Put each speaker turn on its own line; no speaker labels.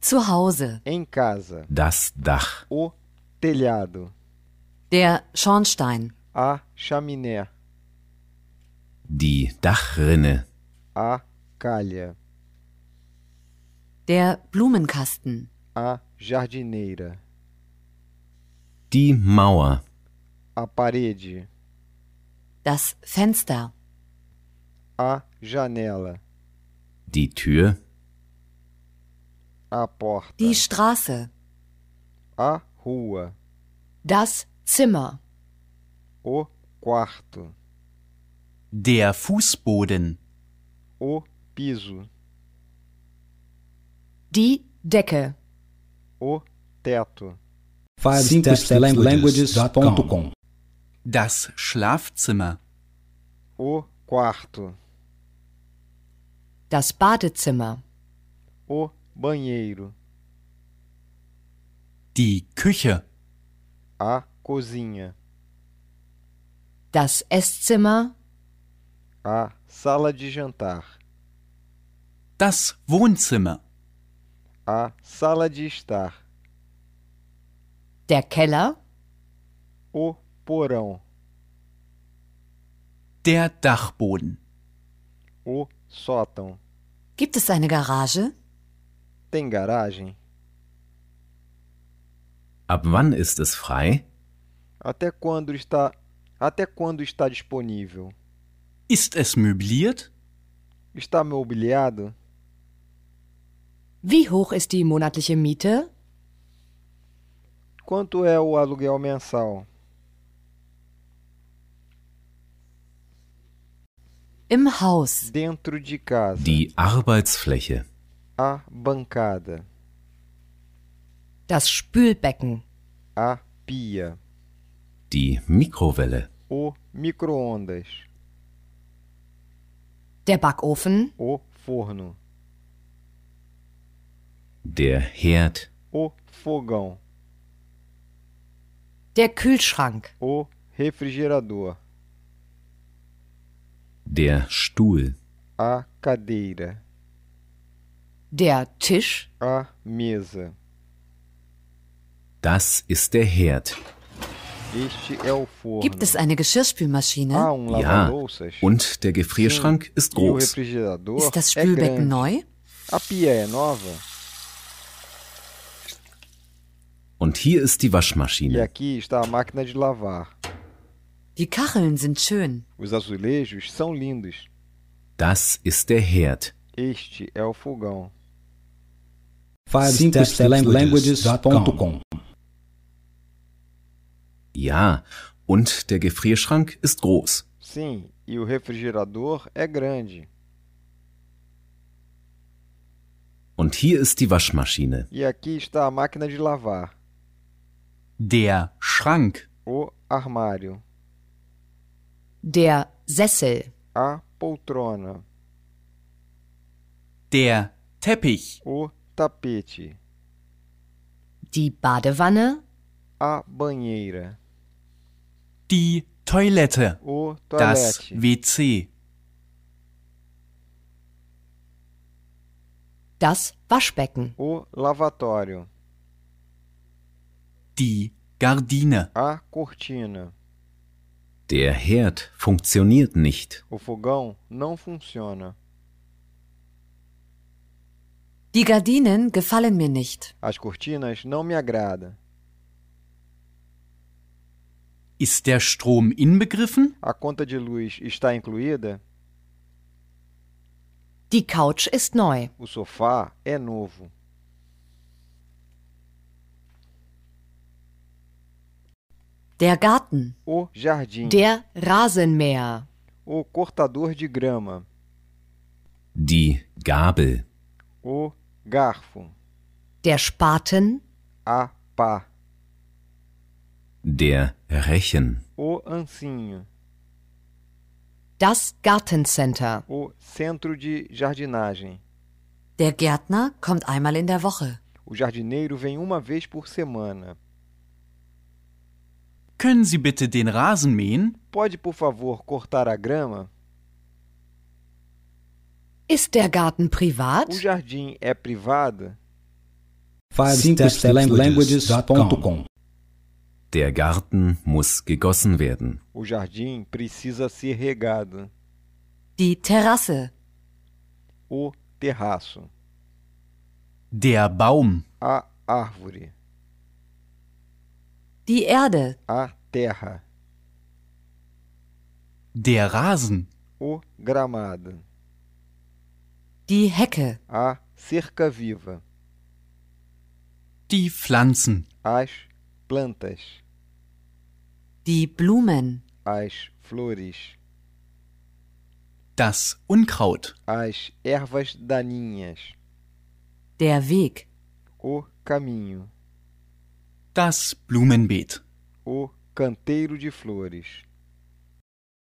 Zu Hause.
em casa,
das Dach,
o telhado,
Der Schornstein.
a chaminé,
die Dachrinne,
a calha,
Der Blumenkasten.
a jardineira,
die Mauer,
a parede,
Das Fenster.
a janela,
die Tür,
a porta,
Die Straße.
a rua,
Das Zimmer.
o quarto,
der Fußboden,
o piso,
Die Decke.
o teto,
5stepslanguages.com
das Schlafzimmer,
o quarto,
Das Badezimmer.
o banheiro,
die Küche,
a cozinha,
Das Esszimmer.
a sala de jantar,
das Wohnzimmer,
a sala de estar,
Der Keller.
o porão,
der Dachboden,
o sótão.
Gibt es eine Garage?
Tem garagem?
Ab wann ist es frei?
Até quando está até quando está disponível?
ist es möbliert,
Está mobiliado?
Wie hoch ist die monatliche Miete?
Quanto é o aluguel mensal?
Im Haus.
Dentro de casa,
Die Arbeitsfläche,
a bancada,
Das Spülbecken.
a pia,
die Mikrowelle,
o micro-ondas,
Der Backofen.
o forno,
der Herd,
o fogão,
Der Kühlschrank.
o refrigerador,
der Stuhl,
a cadeira,
Der Tisch.
a mesa.
das ist der Herd.
Este é o forno.
Gibt es eine Geschirrspülmaschine?
Há um
Ja,
lava-louças?
und der Gefrierschrank ist
E o
groß.
refrigerador
Ist das
é grande.
Spülbecken neu?
A pia é nova
Und hier ist die
e
Waschmaschine.
aqui está a máquina de lavar.
Die Kacheln sind schön.
Os azulejos são lindos.
Das ist der Herd.
Este é o fogão.
5stepslanguages.com
Ja, und der Gefrierschrank ist groß.
Sim, e o refrigerador é grande.
Und hier ist die Waschmaschine.
E aqui está a máquina de lavar,
der Schrank,
o armário,
Der Sessel.
a poltrona,
der Teppich,
o tapete,
Die Badewanne.
a banheira,
die Toilette,
o
das
toalete,
WC,
Das Waschbecken.
o lavatório,
die Gardine,
a cortina.
Der Herd funktioniert nicht.
O fogão não funciona.
Die Gardinen gefallen mir nicht.
As cortinas não me agradam.
ist der Strom inbegriffen,
A conta de luz está incluída?
Die Couch ist neu.
O sofá é novo.
Der Garten.
O jardim,
Der Rasenmäher.
o cortador de grama,
Die Gabel,
o garfo,
Der Spaten.
a pá,
der Rechen,
o ancinho,
Das Gartencenter.
o centro de jardinagem.
Der Gärtner kommt einmal in der Woche.
O jardineiro vem uma vez por semana.
können Sie bitte den Rasen mähen,
Pode, por favor, cortar a grama?
Ist der Garten
O
privat?
jardim é privado?
5stepslanguages.com
Der Garten muss gegossen werden.
O jardim precisa ser regado.
Die Terrasse.
O terraço.
der Baum,
A árvore.
Die Erde.
A terra.
der Rasen,
O gramado.
Die Hecke.
A cerca viva.
die Pflanzen,
As plantas.
Die Blumen.
As flores.
das Unkraut,
As ervas daninhas.
Der Weg.
O caminho.
das Blumenbeet,
O canteiro de flores.